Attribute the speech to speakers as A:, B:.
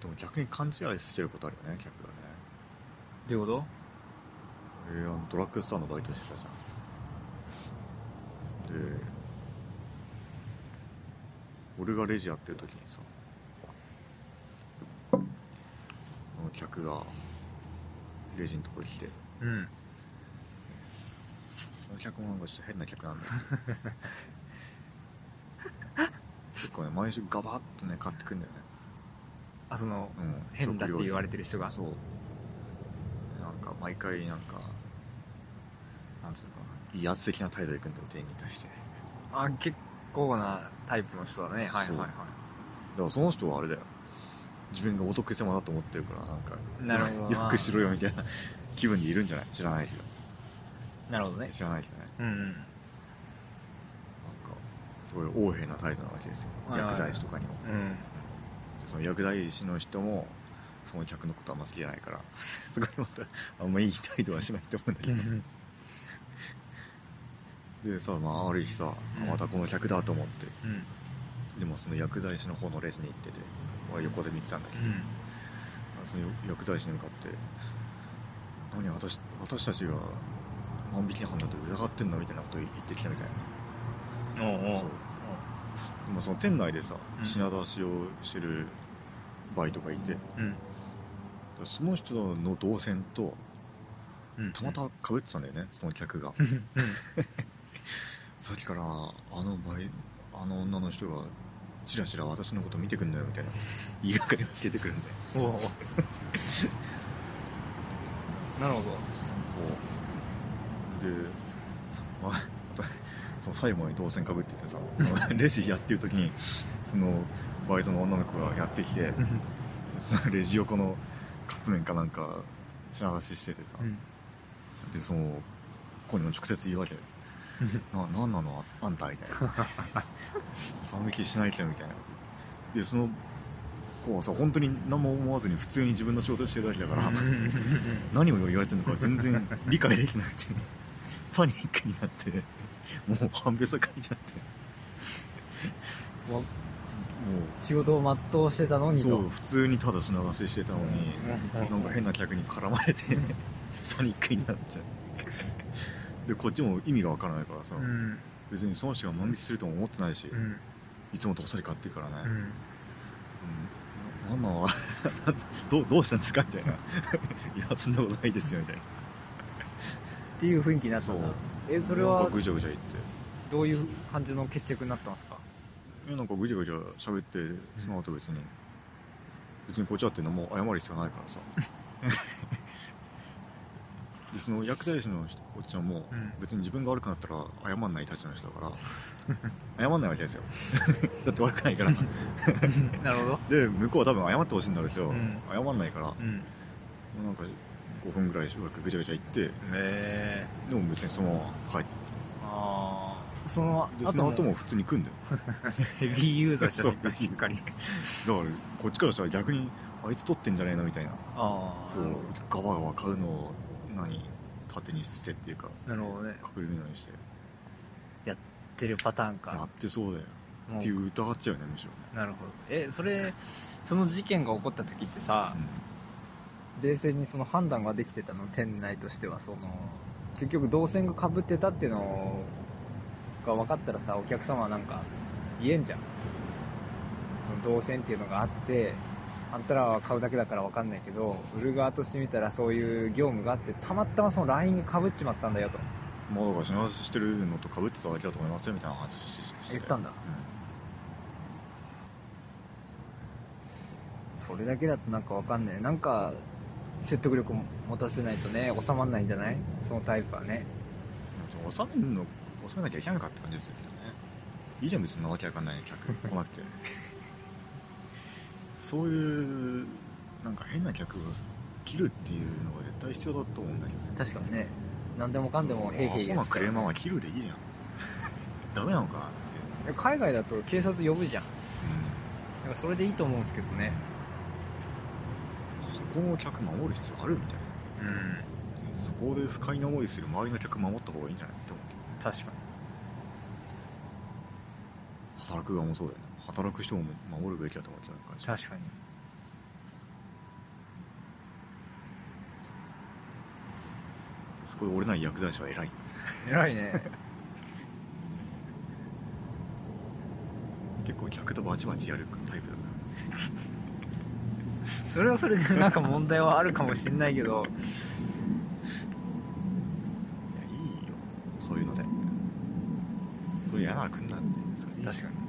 A: でも逆に勘違いしてることあるよね客がね
B: どういうこと
A: 俺あのドラッグストアのバイトしてたじゃんで俺がレジやってる時にさあの客がレジのとこに来て
B: うん
A: その客もなんかちょっと変な客なんだよ結構ね毎週ガバッとね買ってくんだよね
B: あその
A: うん
B: 変だって言われてる人が
A: そうなんか毎回なんかなんつうのかな威圧的な態度でいくんだよ店員に対してだ
B: あ結構なタイプの人だねはいはいは
A: からその人はあれだよ自分がお得意様だと思ってるからなんか
B: なる ほどな
A: よくしろよみたいな気分にいるんじゃない知らないけど
B: いなるほどね
A: 知らないけどね
B: うんうん
A: なんかすごい横柄な態度なわけですよ
B: はいはい
A: 薬剤師とかにも
B: うん
A: その薬剤師の人もその客のことあんま好きじゃないから そこでまたあんまいい態度はしないと思うんだけどでさ、まあ、ある日さ
B: うん
A: またこの客だと思って
B: うん
A: でもその薬剤師の方のレジに行ってて俺横で見てたんだけど、その薬剤師に向かって「何私私たちが万引き犯だと疑ってんの?」みたいなこと言ってきたみたいな
B: うんおうおう
A: そうでもその店内でさ
B: うん
A: 品出しをしてるバイトがいて、
B: うん
A: その人の動線と
B: うん
A: たまたま被ってたんだよねその客が
B: うんうん
A: さっきからあのバイあの女の人がチラチラ私のこと見てくんのよみたいな言いがかりをつけてくるんだよ
B: おうおう なるほど
A: そうで、まあ、あとその最後に動線かぶってて さそのレジやってる時にそのバイトの女の子がやってきてそのレジ横のカップ麺かなんか品出ししててさ、
B: うん
A: でその子にも直接言うわけ「ななんなのあんた」み たいな「ファン引きしないけど」みたいなことでその子はさ本当に何も思わずに普通に自分の仕事してるだけだから、
B: うんうん
A: 何を言われてるのか全然理解できなく てパニックになってもう半べそかいちゃって
B: うんわ
A: も
B: 仕事を全うしてたの
A: う
B: にと
A: そう普通にただ品出ししてたのに
B: うん
A: なんか変な客に絡まれてパニックになっちゃうでこっちも意味がわからないからさ、
B: うん
A: 別にその人が万引きするとも思ってないし、
B: うん
A: いつもどっさり買ってるからね、う
B: う
A: ん
B: ん
A: なんなんあれ どうどうしたんですかみたいな いやそんなことないですよみたいな
B: っていう雰囲気になったんだ
A: そう
B: えそれ
A: なん
B: は
A: かぐちゃぐちゃ言って
B: どういう感じの決着になったんですか
A: いやなんかぐちゃぐちゃ喋ってその後別に、別にこっちだっていうのもう謝る必要ないからさでその薬剤師の人おっちゃんも
B: うん
A: 別に自分が悪くなったら謝んない立場の人だから謝んないわけですよ だって悪くないから
B: なるほど
A: で向こうは多分謝ってほしいんだろうけど、
B: うん
A: 謝んないから、も
B: うん
A: うなんか5分ぐらいしばらくぐちゃぐちゃ言って
B: へえ
A: でも別にそのまま帰って
B: ああその
A: でその後も普通に来んだよ
B: ヘビーユーザーじゃ ない
A: そう
B: かしっかり
A: だからこっちからしたら逆にあいつ取ってんじゃねえのみたいな
B: ああ
A: そうガバガバ買うのを何縦に捨ててっていうか
B: なるほどね
A: 隠れるようにして
B: てるパターン
A: や
B: か
A: ってそうだよ
B: も
A: っていう疑っちゃうよねむしろね
B: なるほどえそれその事件が起こった時ってさ冷静にその判断ができてたの店内としてはその結局動線がかぶってたっていうのが分かったらさお客様はなんか言えんじゃんその動線っていうのがあってあんたらは買うだけだから分かんないけど売る側としてみたらそういう業務があってたまたまその LINE がかぶっちまったんだよと
A: うんまあだから品出ししてるのと被ってただけだと思いますよみたいな話してして
B: 言ったんだそれだけだとなんか分かんないなんか説得力を持たせないとね収まんないんじゃないそのタイプはね
A: うん収めるの収めなきゃいけないのかって感じですよねいいじゃん別にわけわかんない客来なくて そういうなんか変な客を切るっていうのが絶対必要だと思うんだけどね
B: 確かにね何でもかんでもへいへい
A: アホ
B: や
A: な
B: つか
A: ク
B: ら
A: レーマーは切るでいいじゃん ダメなのかなっていう
B: 海外だと警察呼ぶじゃん
A: う
B: だからそれでいいと思うんですけどね
A: んそこの客守る必要あるみたいな
B: うん
A: そこで不快な思いする周りの客守った方がいいんじゃないって思う
B: 確か
A: 働く側もそうだよね働く人も守るべきだと思ってたから
B: に確かに
A: そこで折れない薬剤師は偉い
B: 偉いね
A: 結構客とバチバチやるタイプだな
B: それはそれでなんか問題はあるかもしんないけど
A: いやいいよそういうのでそれ嫌なら来んなってそれでいい
B: 確かに